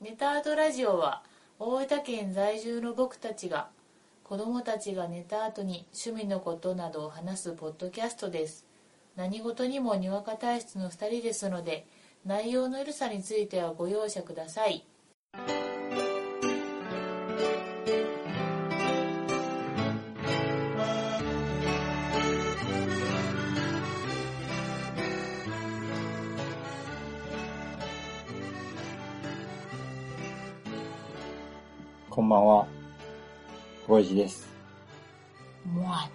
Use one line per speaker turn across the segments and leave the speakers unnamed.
ネタアートラジオは大分県在住の僕たちが子どもたちが寝た後に趣味のことなどを話すポッドキャストです何事にもにわか体質の2人ですので内容の緩さについてはご容赦ください
こんばんは。ごいじです。
モアナ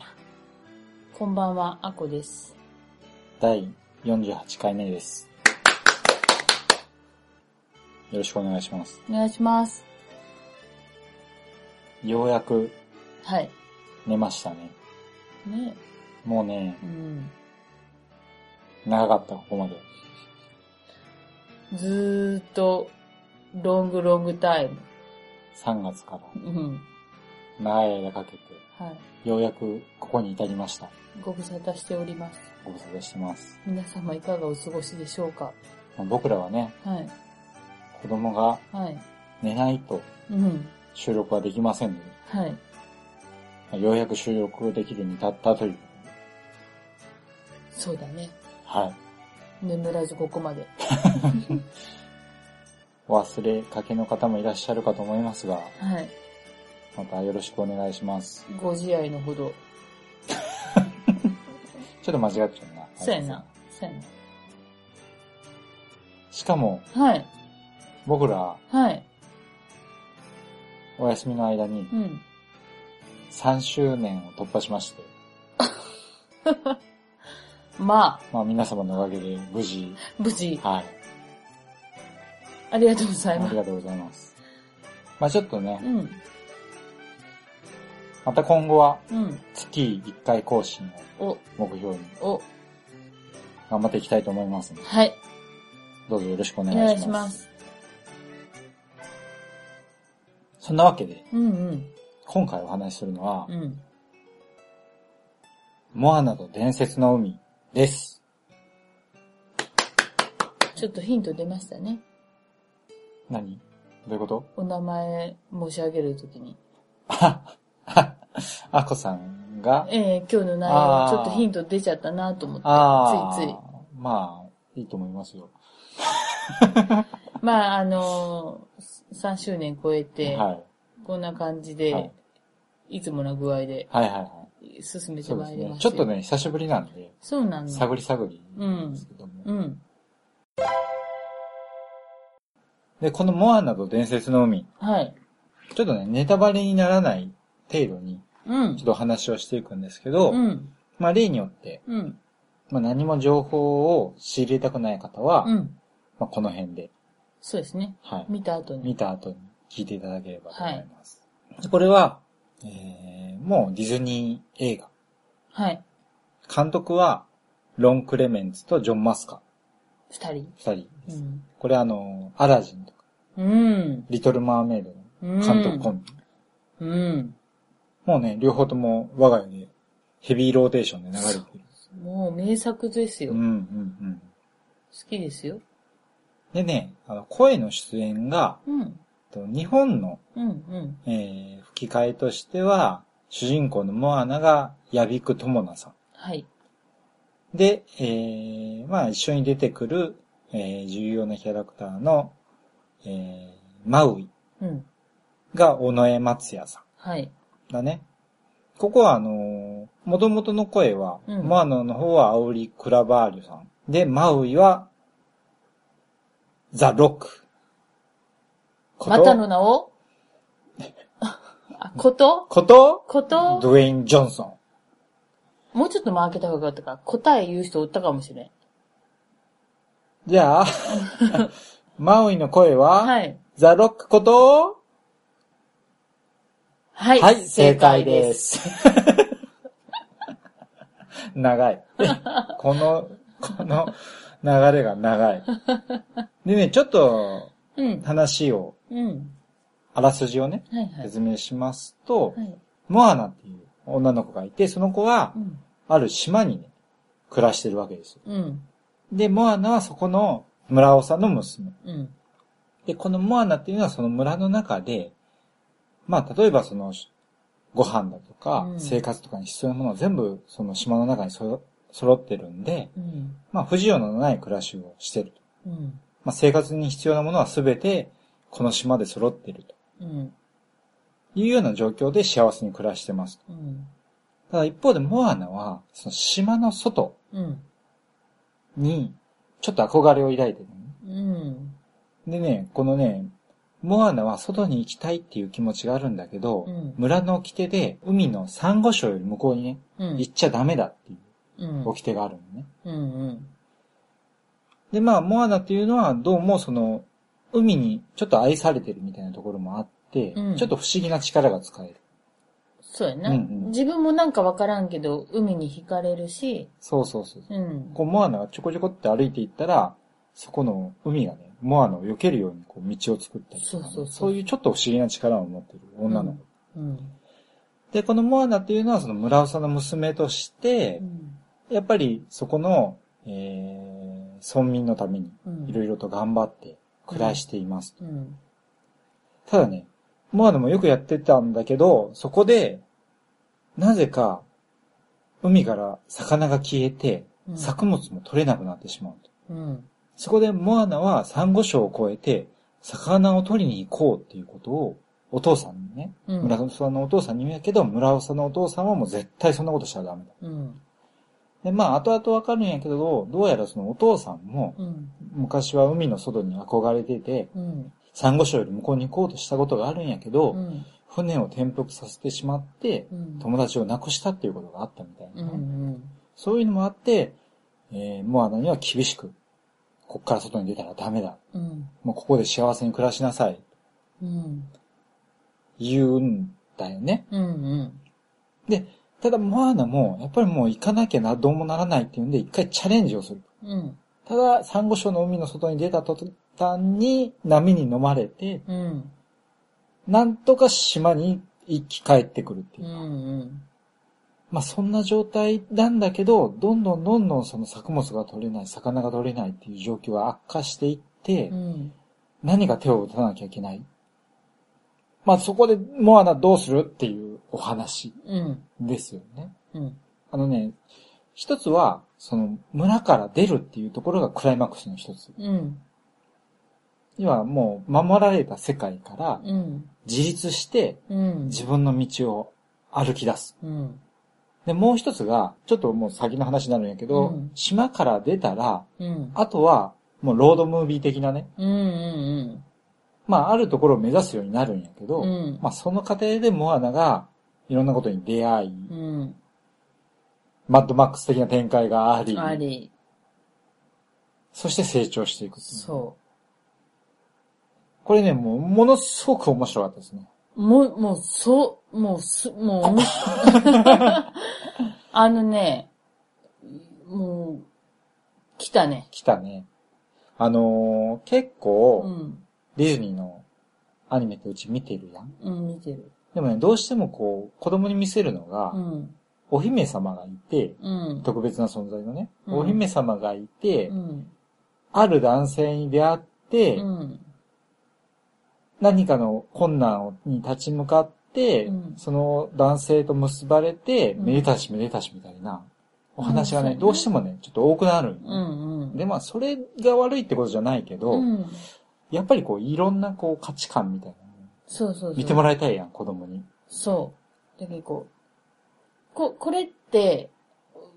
こんばんはあこです
第48回目です。よろしくお願いします。
お願いします
ようやく
はい
寝ましたね。
ね
もうね
う、ん
長かった、ここまで。
ずーっとロングロングタイム
3月から
うん
長い間かけて、
はい
ようやくここに至りました。
ご無沙汰しております
ご無沙汰してます。
皆様いかがお過ごしでしょうか
まあ僕らはね、
はい
子供が
はい
寝ないと
うん
収録はできませんので、
はい
まあようやく収録できるに至ったという。
そうだね
はい。
眠らずここまで
お忘れかけの方もいらっしゃるかと思いますが、
はい
またよろしくお願いします。
ご自愛のほど
ちょっと間違っちゃうな。
そうやな。そうや
しかも、
なはい
僕ら、
はい
お休みの間に
うん
3周年を突破しまして、
まあ
まあ皆様のおかげで無事、
無事
はい、
ありがとうござい
あ
ます
りがとうございます。まあちょっと
う
ね、
ん
また今後は
うん
月1回更新
お
を目標に
お
頑張っていきたいと思いますので、
はい
どうぞよろしくお
お
願い
願い
し
し
ま。
ますす
そんなわけで、
うんうん
今回お話しするのは
う、ん
モアナと伝説の海です。
ちょっとヒント出ましたね
何どういうこと
お名前申し上げるときに
あ、あ、あこさんが、
ええ今日の内容ちょっとヒント出ちゃったなと思って
ああ、
ついつい。
まあ、いいと思いますよ。
まあ、あのー、3周年超えて、
は
こんな感じ
い。
で、
はい。
い、つもの具合で
はいはいは
進め
い。
て
そうで
ますいりま
ね。
し
ち
た
ょっと。ね、久しぶりなんで、
そうなんだ。
探り探りですけども。
うん。
で、このモアナと伝説の海、
はい。
ちょっとね、ネタバレにならない程度に、
う
ち
ん
ょっ。とお話をしていくんですけど、
うん。
まあ例によって、
うん。
まあ何も情報を仕入れたくない方は、
うん。
まあこの辺で、
そうですね。
はい。
見た後に。
見た後に聞いていただければと思います。でこれは、えー、もうディズニー映画。
はい。
監督は、ロン・クレメンツとジョン・マスカ、
二人。
二人で
う
す。
ん。
これあの、アラジンとか、
うん。
リトル・マーメイドの
うん
監督コンビ。
うん。
もうね、両方とも我が家でヘビーローテーションで流れてる。
もう名作ですよ。
うんう
好
んうん。
きですよ。
でね、あの声の出演が、
うん。
と日本の、
うん。うん。
えー吹き替えとしては、主人公のモアナがヤビク・トモナさ
はい。
ん。で、えー、まあ一緒に出てくる、えー重要なキャラクターの、えー、マウイ
うん。
が尾上松也さん。
はい。
だね。ここはあのー、元々の声は、
うん
モアナの方はアオリ・クラバーリュさん。で、マウイは、ザ・ロック。こと
またの名を あ、こと
こと、
こと
ドウェイン・ジョンソン。
もうちょっと間開けた方がよかったから、答え言う人おったかもしれん。
じゃ あ、マウイの声は、
はい。
ザ・ロックこと、
はい。
はい、正解で。す。長い。この、この流れが長い。でね、ちょっと、
うん。
話を、
うん。
あらすじをね、
はいはい。
説明しますと、
はい。
モアナっていう女の子がいて、その子は
う、ん。
ある島にね、暮らしてるわけですよ。
うん。
で、モアナはそこの村尾さんの娘。
うん。
で、このモアナっていうのはその村の中で、まあ、例えばその、ご飯だとか
う、ん
生活とかに必要なものは全部その島の中にそろ揃ってるんで、
うん。
まあ、不自由のない暮らしをしてると。
うん。
まあ、生活に必要なものは全て、この島で揃ってると
うん。
いうような状況で幸せに暮らしてます。
うん。
ただ一方でモアナは、その島の外
うん。
に、ちょっと憧れを抱いてるのね、
うん。
でね、このね、モアナは外に行きたいっていう気持ちがあるんだけど、
うん
村の掟で海のサンゴ礁より向こうにね、
うん。
行っちゃダメだっていう
うん。
掟があるのね。
うん。
で、まあ、モアナっていうのはどうもその、海にちょっと愛されてるみたいなところもあって、
うん
ちょっと不思議な力が使える。
そうやな。
うんうん
自分もなんかわからんけど、海に惹かれるし、
そうそうそう。
うん。
こう、モアナがちょこちょこって歩いていったら、そこの海がね、モアナを避けるようにこう道を作ったりとかね、
そうそうそう
いうちょっと不思議な力を持ってる女の子。
うん。
で、このモアナっていうのはその村長の娘として
う、ん。
やっぱりそこの、えー、村民のために
うん。
いろいろと頑張って暮らしています。
うん。
ただね、モアナもよくやってたんだけど、そこで、なぜか、海から魚が消えて、
うん
作物も取れなくなってしまうと。
うん。
そこでモアナはサンゴ礁を越えて、魚を取りに行こうっていうことを、お父さんにね、
うん
村長のお父さんに言うんやけど、村長のお父さんはもう絶対そんなことしちゃダメだ。
うん。
で、まあ、後々わかるんやけど、どうやらそのお父さんも、
うん。
昔は海の外に憧れてて、
うん。
サンゴ礁より向こうに行こうとしたことがあるんやけど、
うん。
船を転覆させてしまって、
うん。
友達を亡くしたっていうことがあったみたいな
う
ね、
ん。
そういうのもあって、えーモアナには厳しく、こっから外に出たらダメだ。
うん。
もうここで幸せに暮らしなさい。
うん。
言うんだよね。
うん。うん。
で、ただモアナも、やっぱりもう行かなきゃな、どうもならないっていうんで、一回チャレンジをする。
うん。
ただ、サンゴ礁の海の外に出た途端に波に飲まれて、
うん。
なんとか島に行き帰ってくるっていうう。
ん。
まあそんな状態なんだけど、どんどんどんどんその作物が取れない、魚が取れないっていう状況は悪化していって、
うん。
何か手を打たなきゃいけない。まあそこでモアナどうするっていうお話
うん。
ですよね。
うん。
あのね、一つは、その村から出るっていうところがクライマックスの一つ。
うん。
要はもう守られた世界から
うん。
自立して
うん。
自分の道を歩き出す。
うん。
で、もう一つが、ちょっともう先の話になるんやけど、
うん
島から出たら、
うん。
あとは、もうロードムービー的なね、
うん。うん。
まああるところを目指すようになるんやけど、
うん
まあその過程でモアナがいろんなことに出会い、
うん。
マッドマックス的な展開があり、
あり。
そして成長していくっていう
そ
これね、もうものすごく面白かったですね。
う。もう、もう、そう、もう、す、もう、おもしあのね、もう、来たね。
来たね。あのー結
う
構、
ん。
ディズニーのアニメってうち見てるやん。
うん、見てる。
でもね、どうしてもこう、子供に見せるのが、
うん。
お姫様がいて、
うん。
特別な存在のね、
うん
お姫様がいて、
うん。
ある男性に出会って、
うん。
何かの困難に立ち向かって、
うん
その男性と結ばれて、
うん
めでたしめでたしみたいなお話がね、
うん
どうしてもね、ちょっと多くなるん
う
よね、
ん。うん。
で、まあ、それが悪いってことじゃないけど、
うん。
やっぱりこう、いろんなこう、価値観みたいなの
そうそうそう。
見てもらいたいやん、子供に。
そう。だけどこう、こ、これって、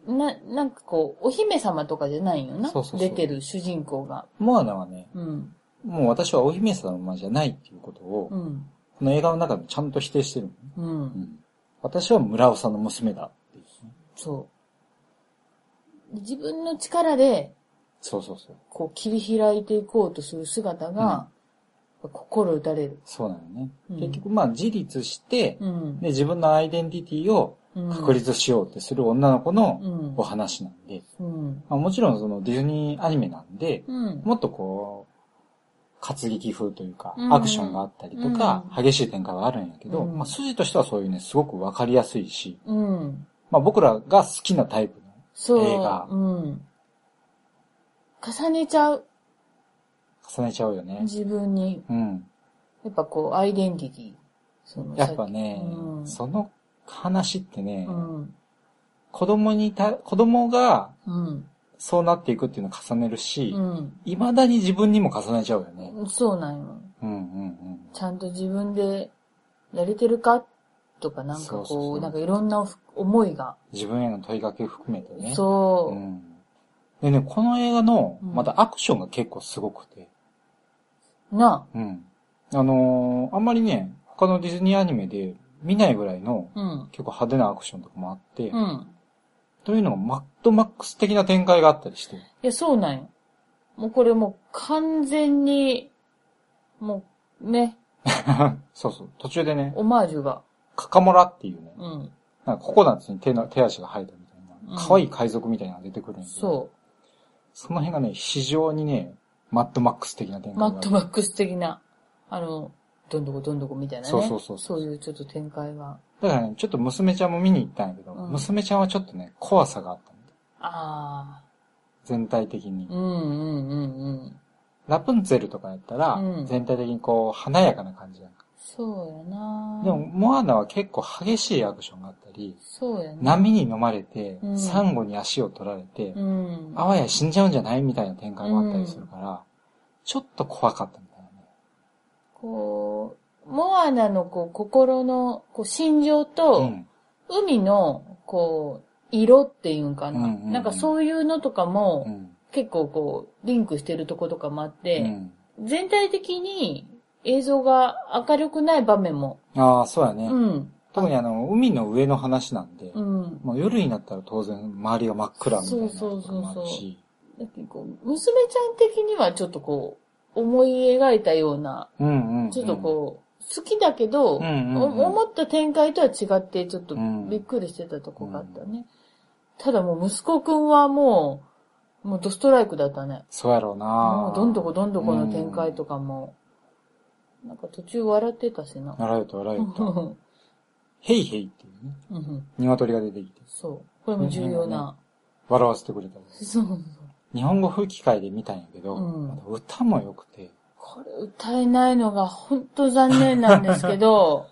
な、なんかこう、お姫様とかじゃないよな。
そうそうそう
出てる主人公が。
モアナはね、
うん。
もう私はお姫様じゃないっていうことを、
うん。
この映画の中でちゃんと否定してるのね、
うん。
私は村尾さんの娘だっていうね。
そう。自分の力で、
そうそうそう。
こう、切り開いていこうとする姿が、心打たれる。
そうなのね。
うん
結局、まあ、自立して、
うん。
で、自分のアイデンティティを
うん
確立しようってする女の子
う
の
ん
お。話なんで、
うん。
まあ、もちろんそのディズニーアニメなんで、
うん。
もっとこう、活劇風というか
う、ん
アクションがあったりとか、激しい展開はあるんやけど、
うん
まあ、筋としてはそういうね、すごくわかりやすいし、
うん。
まあ、僕らが好きなタイプの
そう。
映画
うん。重ねちゃう。
重ねちゃうよね。
自分に、
うん。
やっぱこう、アイデンティティ。その
やっぱね、
うん
その話ってね、
うん。
子供にた、子供が
うん。
そうなっていくっていうのを重ねるし、
うん。
未だに自分にも重ねちゃうよね。
そうなんよ。
うんうん
ちゃんと自分でやれてるかとか、なんか
そうそう
こ
そう
う、なんかいろんな思いが。
自分への問いかけ含めてね。
そうう。
ん。でね、この映画の、
うん
またアクションが結構すごくて。
な
うん。あのーあんまりね、他のディズニーアニメで見ないぐらいの
あ。うん。
結構派手なアクションとかもあって、
うん。
というのがマッドマックス的な展開があった りして。
いや、そうなんよ。もうこれもう完全に、もうね、
そうそう。途中でね、
オマージュが。
カカモラっていうね、
うん。
なんかココナッツに手の手足が生えたみたいな、
うん
可愛い海賊みたいなのが出てくるんで、
そ
その辺がね、非常にね、マッドマックス的な展
う。
開が
マ
ある
ットマックス的な、あの、どんどこどんどこみたいなね。
そうそうそうそ
そういうちょっと展開が。
だからね、ちょっと娘ちゃんも見に行ったんやけど、
うん
娘ちゃんはちょっとね、怖さがあったみたい
あ
全体的に。
あ。うんうんうんうん。
ラプンツェルとかやったら、
うん
全体的にこう、華やかな感じやんか。
そうやな
でも、モアナは結構激しいアクションがあったり、
そうやな
波に飲まれて、
うん
サンゴに足を取られて、
うん。
あわや死んじゃうんじゃないみたいな展開もあったりするから、ちょっと怖かったみたいなね。
こう、モアナのこう心のこう心情と、
うん。
海のこう、色っていうんかな、
うんうんうん
なんかそういうのとかも、
うん。
結構こう、リンクしてるとことかもあって、
うん。
全体的に映像が明るくない場面も。
ああ、そうやね。
うん。
特にあの、海の上の話なんで、
うん。
もう夜になったら当然周りが真っ暗みたいなところもある
そうそうそうそ
し、
だってこう、娘ちゃん的にはちょっとこう、思い描いたような、
うんうんうん
ちょっとこう、好きだけど、
うんうんうん
お思った展開とは違って、ちょっと
うん
びっくりしてたとこがあったね。ただもう息子くんはもう、もうドストライクだったね。
そうやろうな
もうどんどこどんどこの展開とかも、なんか途中笑ってたしな
う。ん。笑えた笑え た。
う
ヘイヘイっていうね、
ん
鶏が出てきて、
そう。これも重要な。
笑わせてくれたり。
そう。
日本語吹き替えで見たんやけど、
うん
また歌も良くて、
これ歌えないのが本当残念なんですけ ど、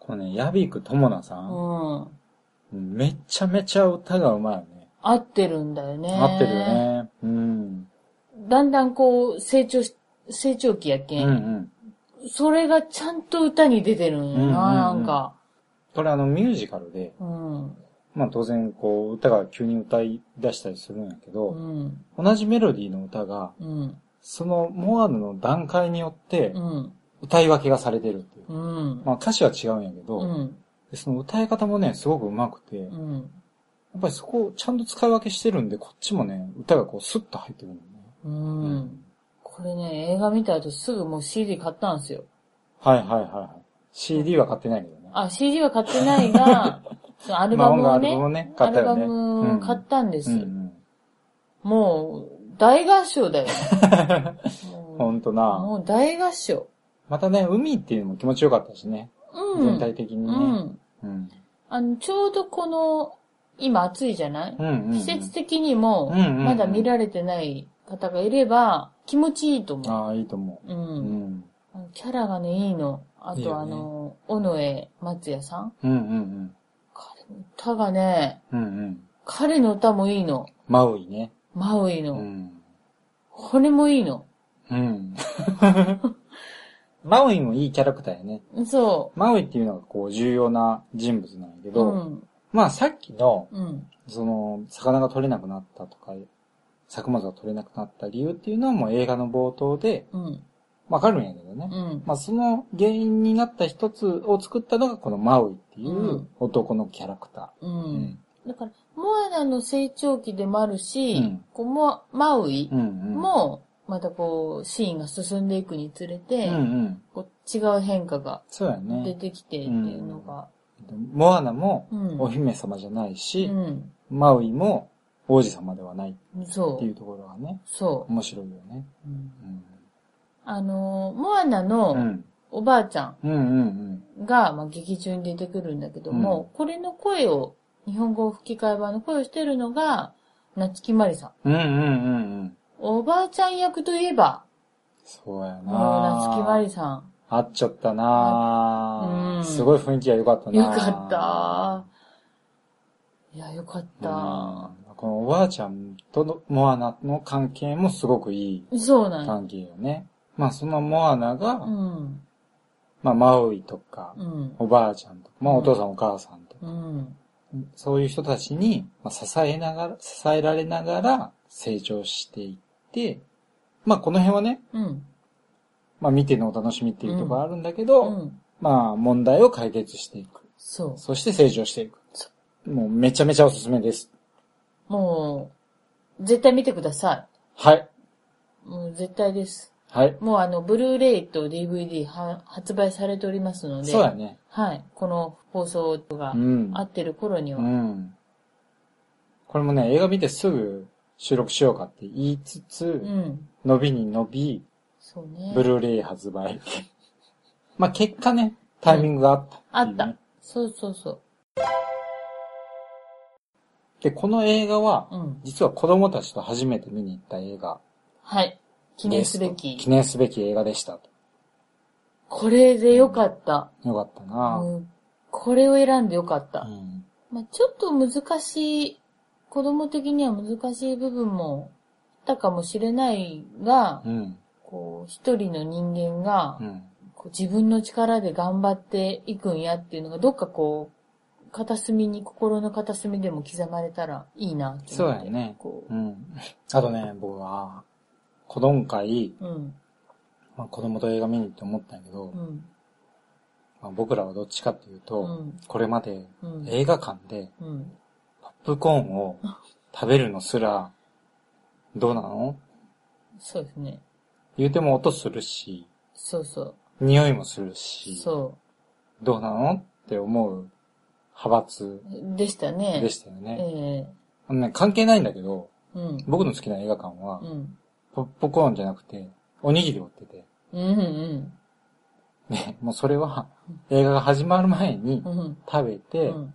このね、ヤビクともなさ、
うんん。
めちゃめちゃ歌がうまいよね。
合ってるんだよね。
合ってるよ。ね。うん。
だんだんこう、成長し、成長期や
うん
け。
うんん。
それがちゃんと歌に出てるんや
うんうんうん
な、なんか。
これあのミュージカルで、
うん。
まあ当然こう歌が急に歌い出したりするんやけ
う
ど、
ん。
同じメロディーの歌が、
うん。
そのモアナの段階によって
うん。
歌い分けがされてるっていう。
うん。
まあ歌詞は違うんやけど、
うん。
でその歌い方もね、すごく上手くて、
う
や
ん。
っぱりそこをちゃんと使い分けしてるんで、こっちもね、歌がこうスッと入ってくるのね。
うん。これね、映画見た後すぐもう CD 買ったんですよ。
はいはいはいはい。CD は買ってないけどね。
あ、CD は買ってないが、そのアルバムをね、
まあ音楽アル
ア
バムをね買ったよね
ルバムを買ったんですよ。
うんうん。
もう、大合唱だよ、ね
ほ
も
んと
う。
な。
もう大合唱。
またね、海っていうのも気持ちよかったしね。
うん。
全体的に
う
ね。
ん。
うん。
あの、ちょうどこの、今暑いじゃない、
うんうんうん。
季節的にも、
うんうんうん
まだ見られてない方がいれば、気持ちいいと思
ああ、いいと思
う。う。
う。うんん。
あのキャラがね、いいの。あ
いいよ
と、
ね
あの、尾上松也さん
うんうん
歌がね、
うん。うんうん。
彼の歌もいいの。
マウイね。
マウイ
う
の。
ん。
これもいいの。
うん。 マウイもいいキャラクターやね。
そ
マウイっていうのがこう重要な人物なんやけ
う。う
ど、
ん。
まあさっきの、
うん。
その、魚が取れなくなったとか、作物が取れなくなった理由っていうのはもう映画の冒頭で
うん。
わかるんやけどね。
うん。
まあその原因になった一つを作ったのがこのマウイっていううん男のキャラクタ
う
ー。うんん。。
だから、モアナの成長期でもあるし、
うん
こうモアマウイ
うんうん。
も、またこう、シーンが進んでいくにつれ
う
て、
んうん。
こう違う変化が
そうや
出
ね。
てきてっていうのが、
モアナも
うん。
お姫様じゃないし、
うん。
マウイも王子様ではないっ
そ
ていう
う。
ところがね、
そ
面白いよね。
う。うん
うん。
あのー、モアナ
う
の
ん。
おばあちゃ
うんうん
んが、まあ、劇中に出てくるんだけども、これの声を、日本語吹き替え版の声をしてるのが、夏木マリさん。
うん。うんうんうんうん。
おばあちゃん役といえば、
そうや
もう、
な
夏木マリさん。
会っちゃったな、
うん
すごい雰囲気が良かったな
よかった。いや、よかった。
うんこのおばあちゃんとのモアナの関係もすごくいい
そうなんだ。
関係よね。まあそのモアナが、
うん。
まあマウイとか、
うん。
おばあちゃんとか、まあ
うん
お父さんお母さんとか、
うん。
そういう人たちにまあ支えながら、支えられながら成長していって、まあこの辺はね、
うん。
まあ見てのお楽しみっていうところあるんだけ
う
ど、
ん。
まあ問題を解決していく。
そ
そして成長していく。もうめちゃめちゃおすすめです。
う。もう、絶対見てくださ
はい。
い。もう絶対です。
はい。
もうあの、ブルーレイと DVD は発売されておりますので、
そうやね。
はい。この放送が
うん。
合ってる頃に
う
は、
ん。これもね、映画見てすぐ収録しようかって言いつつ、
うん。
伸びに伸び、
そうね。
ブルーレイ発売。 まあ結果ね、タイミングがあった
あ
てい
っ
うね
た。。そうそうそ
で、この映画は、
う。うん。
実は子供たちと初めて見に行った映画
はい。記
で
念
す
す
と。
べき
記。念すべき映画でしたと。
これでよかった。
よかったな、
うんこれを選んでよかった。
うん、
まあ、ちょっと難しい、子供的には難しい部分もあったかもしれないが、
うん。
こう、一人の人間が
う、ん。
こう自分の力で頑張っていくんやっていうのが、どっかこう、片隅に、心の片隅でも刻まれたらいいなって
そう
思って
やね。
こ
うん。あとね、僕は、子供会、
う、うん、
まあ、子供と映画見に行って思ったんやけど、
うん、
まあ、僕らはどっちかっていうと、
うん
これまで
うん、
映画館で
うん。
ポップコーンを食べるのすら、どうなの
そうですね。
言うても音するし、
そうそう。
匂いもするし、
そ
どうなのって思う派閥
う。でしたね。
でしたよ
え
ね。
え
あのね、関係ないんだけど、
うん、
僕の好きな映画館は
う、ん、
ポップコーンじゃなくて、おにぎりを売ってて、
うん、うん、
で、もうそれは映画が始まる前に
うん、うん、
食べ
う
て、
ん、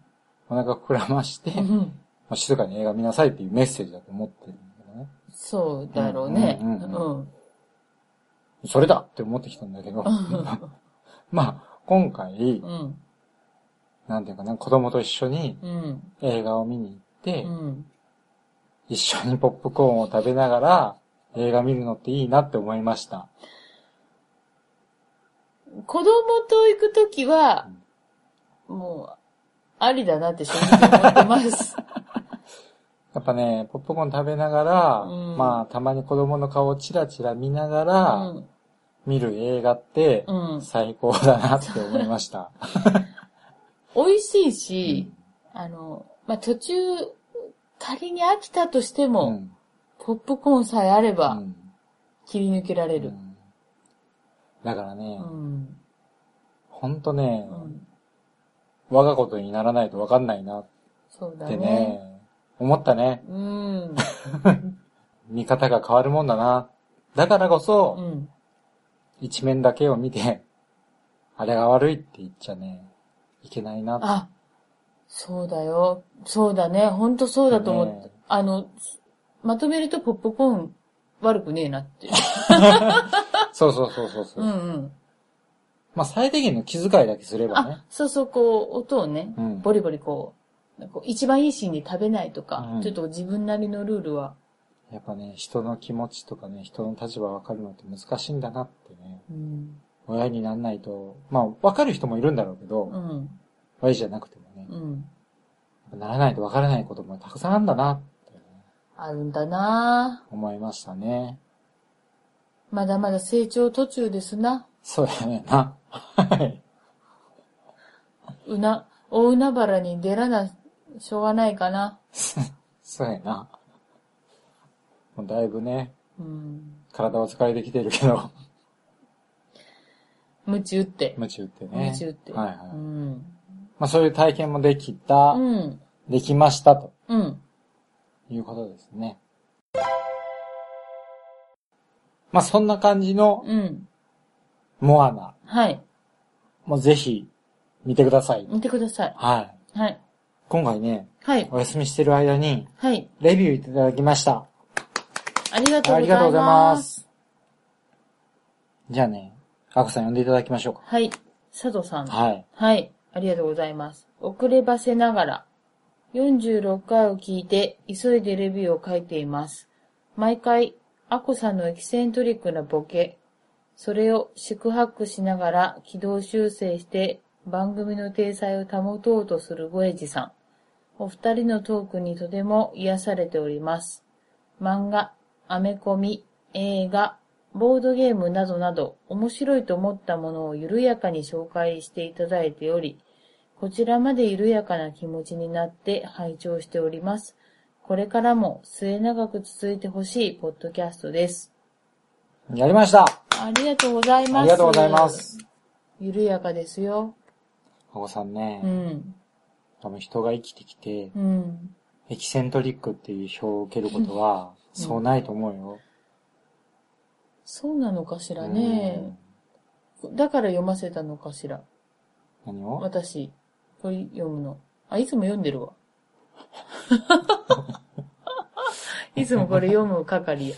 お腹膨らまして、
う
ま
ん。
あ静かに映画見なさいっていうメッセージだと思ってるんだよね。
そうだろうね。
う
うんん
うんうそれだって思ってきたんだけど、まあ、今回
う、ん。
なんていうかな、子供と一緒に
うん。
映画を見に行って、
うん。
一緒にポップコーンを食べながら映画見るのっていいなって思いました。
子供と行くときは、もう、ありだなって正直思って ます。
やっぱね、ポップコーン食べながら、
うん
まあ、たまに子供の顔をチラチラ見なが
う
ら、
ん。
見る映画って
う、ん。
最高だなって思い ました。
美味しいし、あの、まあ、途中、仮に飽きたとして
う
も、
ん。
ポップコーンさえあれ
う
ば、
ん。
切り抜けられ
う
る。
んだからね
う、ん。
ほんとね
う、ん。
我がことにならないとわかんないなっ
そうだ
てね、
ね。
思ったね。
うん。
見方が変わるもんだな。だからこ
う
そ、
ん。
一面だけを見て、あれが悪いって言っちゃね、いけないな。
あ、そうだよ。そうだね。ほんとそうだと思って。
ね
あの、まとめるとポップコーン悪くねえなって。
そうそうそうそうそうう。
んうん。
まあ、最低限の気遣いだけすればね
あ。、そうそう、こう、音をね
うん、
ボリボリこう、なんかこう一番いいシーンで食べないと
う
か
ん、
ちょっと自分なりのルールは、
やっぱね、人の気持ちとかね、人の立場分かるのって難しいんだなってね。
うん、
親になんないと、まあ、分かる人もいるんだろうけど、
うん、
親じゃなくてもね、
うん。
ならないと分からないこともたくさんあるんだなって
あるんだなぁ
思いましたね。
まだまだ成長途中ですな。
そうだねな。はい。
うな、大海原に出らな、しょうがないかな。
そうやな。もうだいぶね、
うん。
体は疲れてきてるけ ど、
夢中って。
夢中ってね。
夢中って。
はいはい。
う
ま
ん。
あそういう体験もできた、
うん。
できましたと
うん。
いうことですね。まあそんな感じの
うん。
モアナ
はい。
もぜひ見てください。
見てください。
はい。
はい。
今回ね、
はい。
お休みしてる間に
はい。
レビューいただきました。
ありがとうございます。
ありがとうございますじゃあね、あこさん呼んでいただきましょうか。
はい。佐藤さん。
はい。
はい。ありがとうございます。遅ればせながら。46回を聞いて、急いでレビューを書いています。毎回、アコさんのエキセントリックなボケ、それを四苦八苦しながら軌道修正して番組の体裁を保とうとするゴエジさん。お二人のトークにとても癒されております。漫画、アメコミ、映画、ボードゲームなどなど面白いと思ったものを緩やかに紹介していただいており、こちらまで緩やかな気持ちになって拝聴しております。これからも末永く続いてほしいポッドキャストです。
やりましたあ
ありがとうございます。
りがとうございま。す。
緩やかですよ。
あこさんね、
うん。
多分人が生きてきて、
うん。
エキセントリックっていう票を受けることは、
うん
そうないと思うよ。
そうなのかしらね。だから読ませたのかしら。
うん。何を
私、これ読むの。あ、いつも読んでるわ。 いつもこれ読む係 や。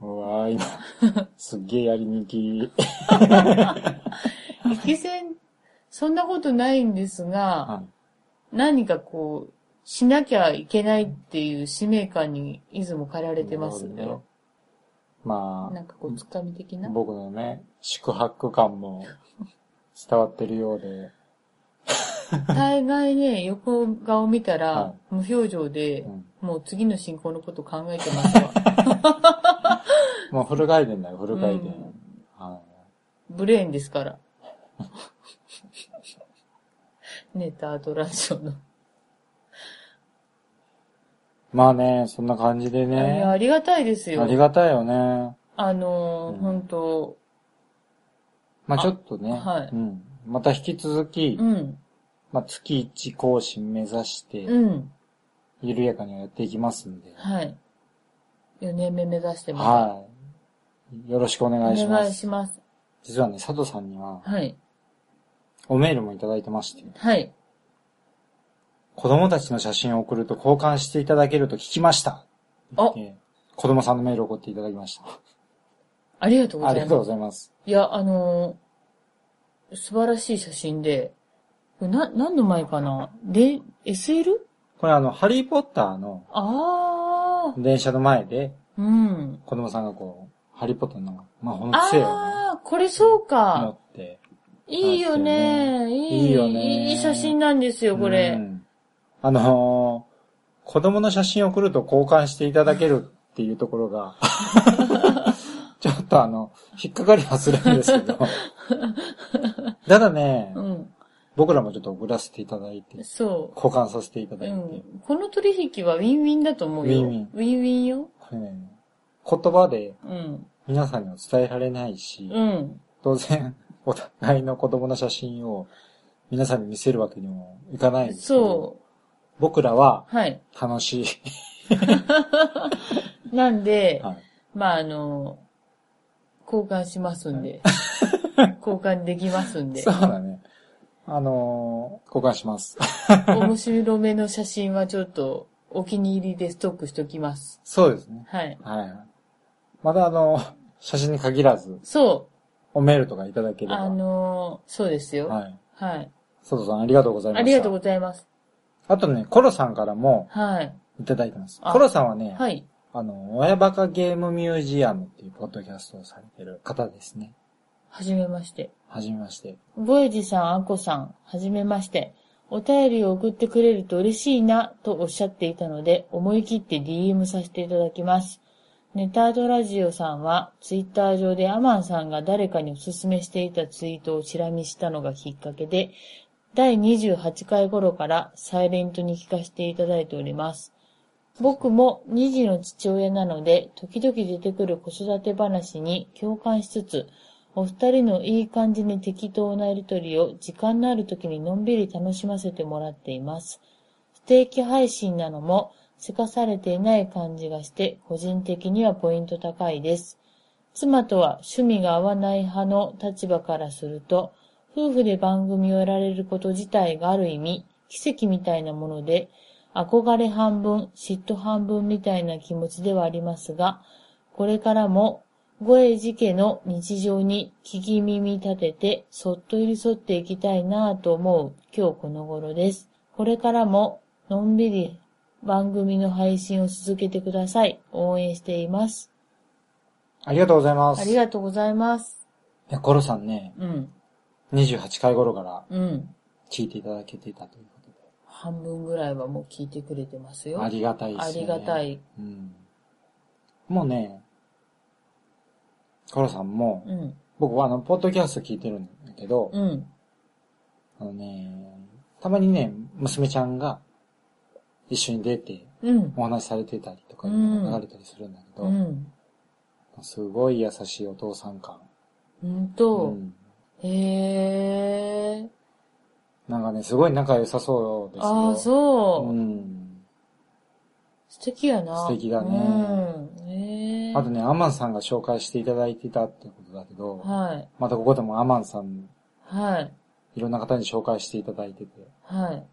うわー、今、 すっげーやりにき。
駅線、そんなことないんですが、
は
何かこう、しなきゃいけないっていう使命感にいつも駆られてます
なるほどねま
なんかこう、つかみ的
あ、
な。
僕のね、宿泊感も伝わってるようで、
大概ね、横顔見たら、
は
無表情で、
うん
もう次の進行のこと考えてますわ。
もうフル回転だよ、フル回転。
うん
は
ブレーンですから。 ネタアトラジオの。
い。まあね、そんな感じで
いや、
ね。
ありがたいですよ。
ありがたいよね。
あのー
うん
本当
まあ
あ
ちょっとね、
はい
うん。また引き続き、
うん、
まあ月1更新目指して、
うん、
緩やかにやっていきますんで。
はい。4年目目指してま
はい。よろしくお
す。
願いし
お
ま
願い
す。
します。
実はね、佐藤さんには、
はい。
おメールもいただいてまして、
はい。
子供たちの写真を送ると交換していただけると聞きました。
あ、
えー子供さんのメールを送っていただきました。
ありがとうご
あ
ざ
りが
い
とう
ま
ご
す。
ざいます。
いや、あのー素晴らしい写真で、これな、何の前かなで、SL?
これあの、ハリーポッターの
あー、
電車の前で、
うん。
子供さんがこう、ハリーポッターの魔法の杖をね、
あー、これそう
持
か。
って。
いいよね。いい
いいよね
いい写真なんですよ、こ
う
れ。
んあのー子供の写真を送ると交換していただけるっていうところ が、ちょっとあの、引っかかりはするんですけど。ただね、
うん。
僕らもちょっと送らせていただいて、交
そう。
換させていただいて、
うんこの取引はウィンウィンだと思うよ。
ウィンウィ
ウ
ン
ィンよ。
これね、言葉で
うん。
皆さんには伝えられないし、
うん。
当然、お互いの子供の写真を皆さんに見せるわけにもいかないんですけど、
そ
僕らは
う。はい。
楽しい。
なんで、
はい
まあ、あの、交換しますんで。 交換できますんで
そ。うだね。あのー、交換します。
面白めの写真はちょっと、お気に入りでストックしときます。
そうですね。
はい。
はい。またあのー、写真に限らず、
そ
おメールとかいただけ
う。
れば。
あの、そうですよ。はい。
はい。佐藤さんありがとうございました。
ありがとうございます。
あとね、コロさんからも
はい。
いただいてます。
あ
コロさんはね、
はい。
あの、親バカゲームミュージアムっていうポッドキャストをされてる方ですね。
はじめまして。
はじめまして。
ボエジさん、アコさん、はじめまして。お便りを送ってくれると嬉しいな、とおっしゃっていたので、思い切って DM させていただきます。ネタードラジオさんは、ツイッター上でアマンさんが誰かにおすすめしていたツイートをチラ見したのがきっかけで、第28回頃からサイレントに聞かせていただいております。僕も2児の父親なので、時々出てくる子育て話に共感しつつ、お二人のいい感じに適当なやりとりを時間のある時にのんびり楽しませてもらっています。不定期配信なのも、せかされていない感じがして、個人的にはポイント高いです。妻とは趣味が合わない派の立場からすると、夫婦で番組をやられること自体がある意味、奇跡みたいなもので、憧れ半分、嫉妬半分みたいな気持ちではありますが、これからも五栄寺家の日常に聞き耳立てて、そっと寄り添っていきたいなぁと思う今日この頃です。これからも、のんびり番組の配信を続けてください。応援しています。
ありがとうございます。
あり
い
がとうございます。
や、コロさんね、
うん、
28回頃から
うん。
聞いていただけていたというこ
半分ぐらいはもう聞いてくれてます
と
よ。
で。ありがたいですよね。
ありがたい。
うん。もうね、コロさんも、
うん、
僕はあの、ポッドキャスト聞いてるんだけど、
うん。
あのね、たまにね、娘ちゃんが一緒に出て
うん。
お話しされてたりとかいうのが流れたりするんだけ
う
ど、
ん。
すごい優しいお父さん感。
うん
う
と、
ん
へえ。
なんかね、すごい仲良さそうですよ。
ああ、そう。
うん。
素敵やな。
素敵だね
うん。へえ。
あとね、アマンさんが紹介していただいてたってことだけど、
はい。
またここでもアマンさん、
はい。
いろんな方に紹介していただいてて、
はい。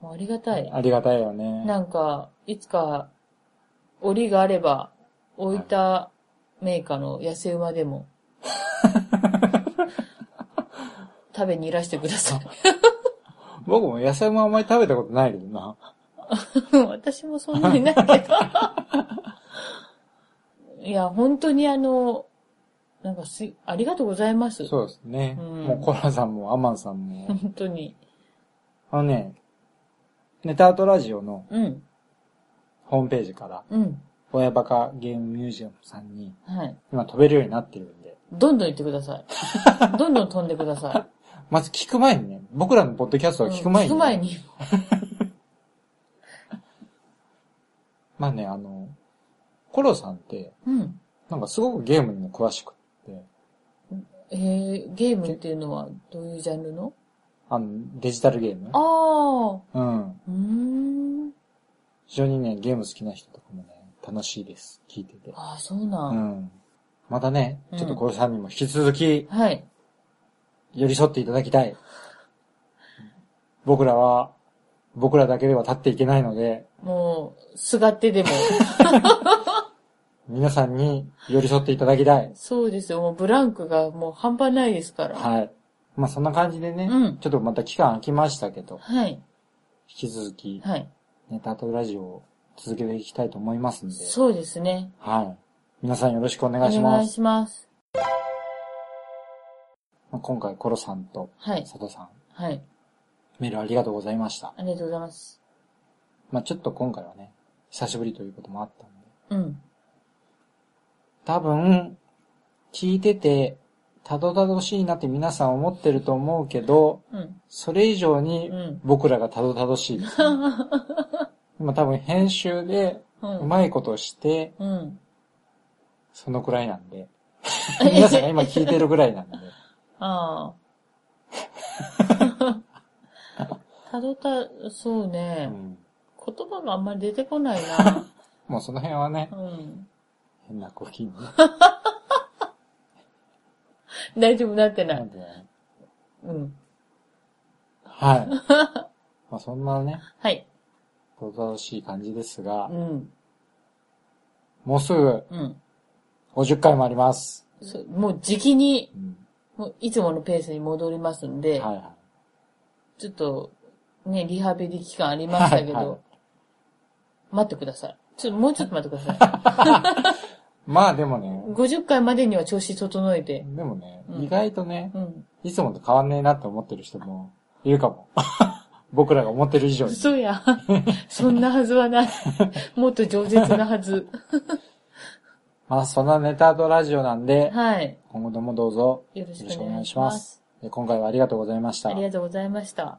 もうありがたい。
ありがたいよね。
なんか、いつか、檻があれば、置いたメーカーの野生馬でも、 食べにいらしてくださ
僕も野菜もあんまり食べたことないけどな。
い。 私もそんなにないけ ど。いや、本当にあの、なんかす、ありがとうございます。
そうですね。
うん
もうコラさんもアマンさんも、
本当に。
あのね、ネタアートラジオの
うん。
ホームページから、
うん。
親バカゲームミュージアムさんに、
はい。
今飛べるようになってるんで、
どんどん行ってください。 どんどん飛んでくださ
まず聞く前にね、僕らのポッドキャス
い。
トを聞く前に、
うん聞く前に。
まあね、あの、コロさんって、
うん。
なんかすごくゲームにも詳しくって、
えー、ゲームっていうのはどういうジャンルの
あの、デジタルゲーム
ああ
うん。
ー。うーん。
非常にね、ゲーム好きな人とかもね、楽しいです。聞いてて。
ああ、そうな。
うんん。またね、
うん
ちょっとコロさんにも引き続き
はい。
寄り添っていただきたい。僕らは、僕らだけでは立っていけないので、
もう、すがってで も。
皆さんに寄り添っていただきたい。
そうですよ。もうブランクがもう半端ないですから。
はい。まあそんな感じでね、
うん
ちょっとまた期間空きましたけど、
はい。
引き続き
はい。
ネタとラジオを続けていきたいと思いますんで、
そうですね。
はい。皆さんよろしくお
お
願いしま
願い
す。
します。
まあ今回コロさんと
はい。
佐藤さん、
はい。
メールありがとうございました。
ありがとうございます。
まあちょっと今回はね、久しぶりということもあったんで、
うん。
多分、聞いてて、たどたどしいなって皆さん思ってると思うけど、
うん。
それ以上に
うん
僕らがたどたどしいです、ね今多分編集で
うん
うまいことして、
うん。
そのくらいなんで。皆さんが今聞いてるぐらいなんで。
ああ。たどた、そう
う
ね。
ん、
言葉があんまり出てこないな。
もうその辺はね
う、ん。
変な呼吸にな
大丈夫なってな
る
い
ん。で。
うん。
はい。まあそんなね、
はい。
たどたどしい感じですが
う、ん。
もうすぐ
うん。
50回もあります。
そうもう時期に、
うん、
もういつものペースに戻りますん
はい
で、
は
ちょっと、ね、リハビリ期間ありましたけ
はいはい
ど、待ってください。ちょっと、もうちょっと待ってくださ
い。まあでもね
い。、50回までには調子整えて、
でもね、
うん
意外とね、
うん。
いつもと変わんねえなって思ってる人もいるかも。 僕らが思ってる以上に。
嘘や。 そんなはずは ない。もっと饒舌なはず。
まあそんなネタとラジオなんで、
はい。
今後ともどうぞ
よ
よ
ろ
ろ
し
し
くお
くお
願
願
い
い
し
し
ま
ますす。で今回はありがとうございました
あ。りがとうございました。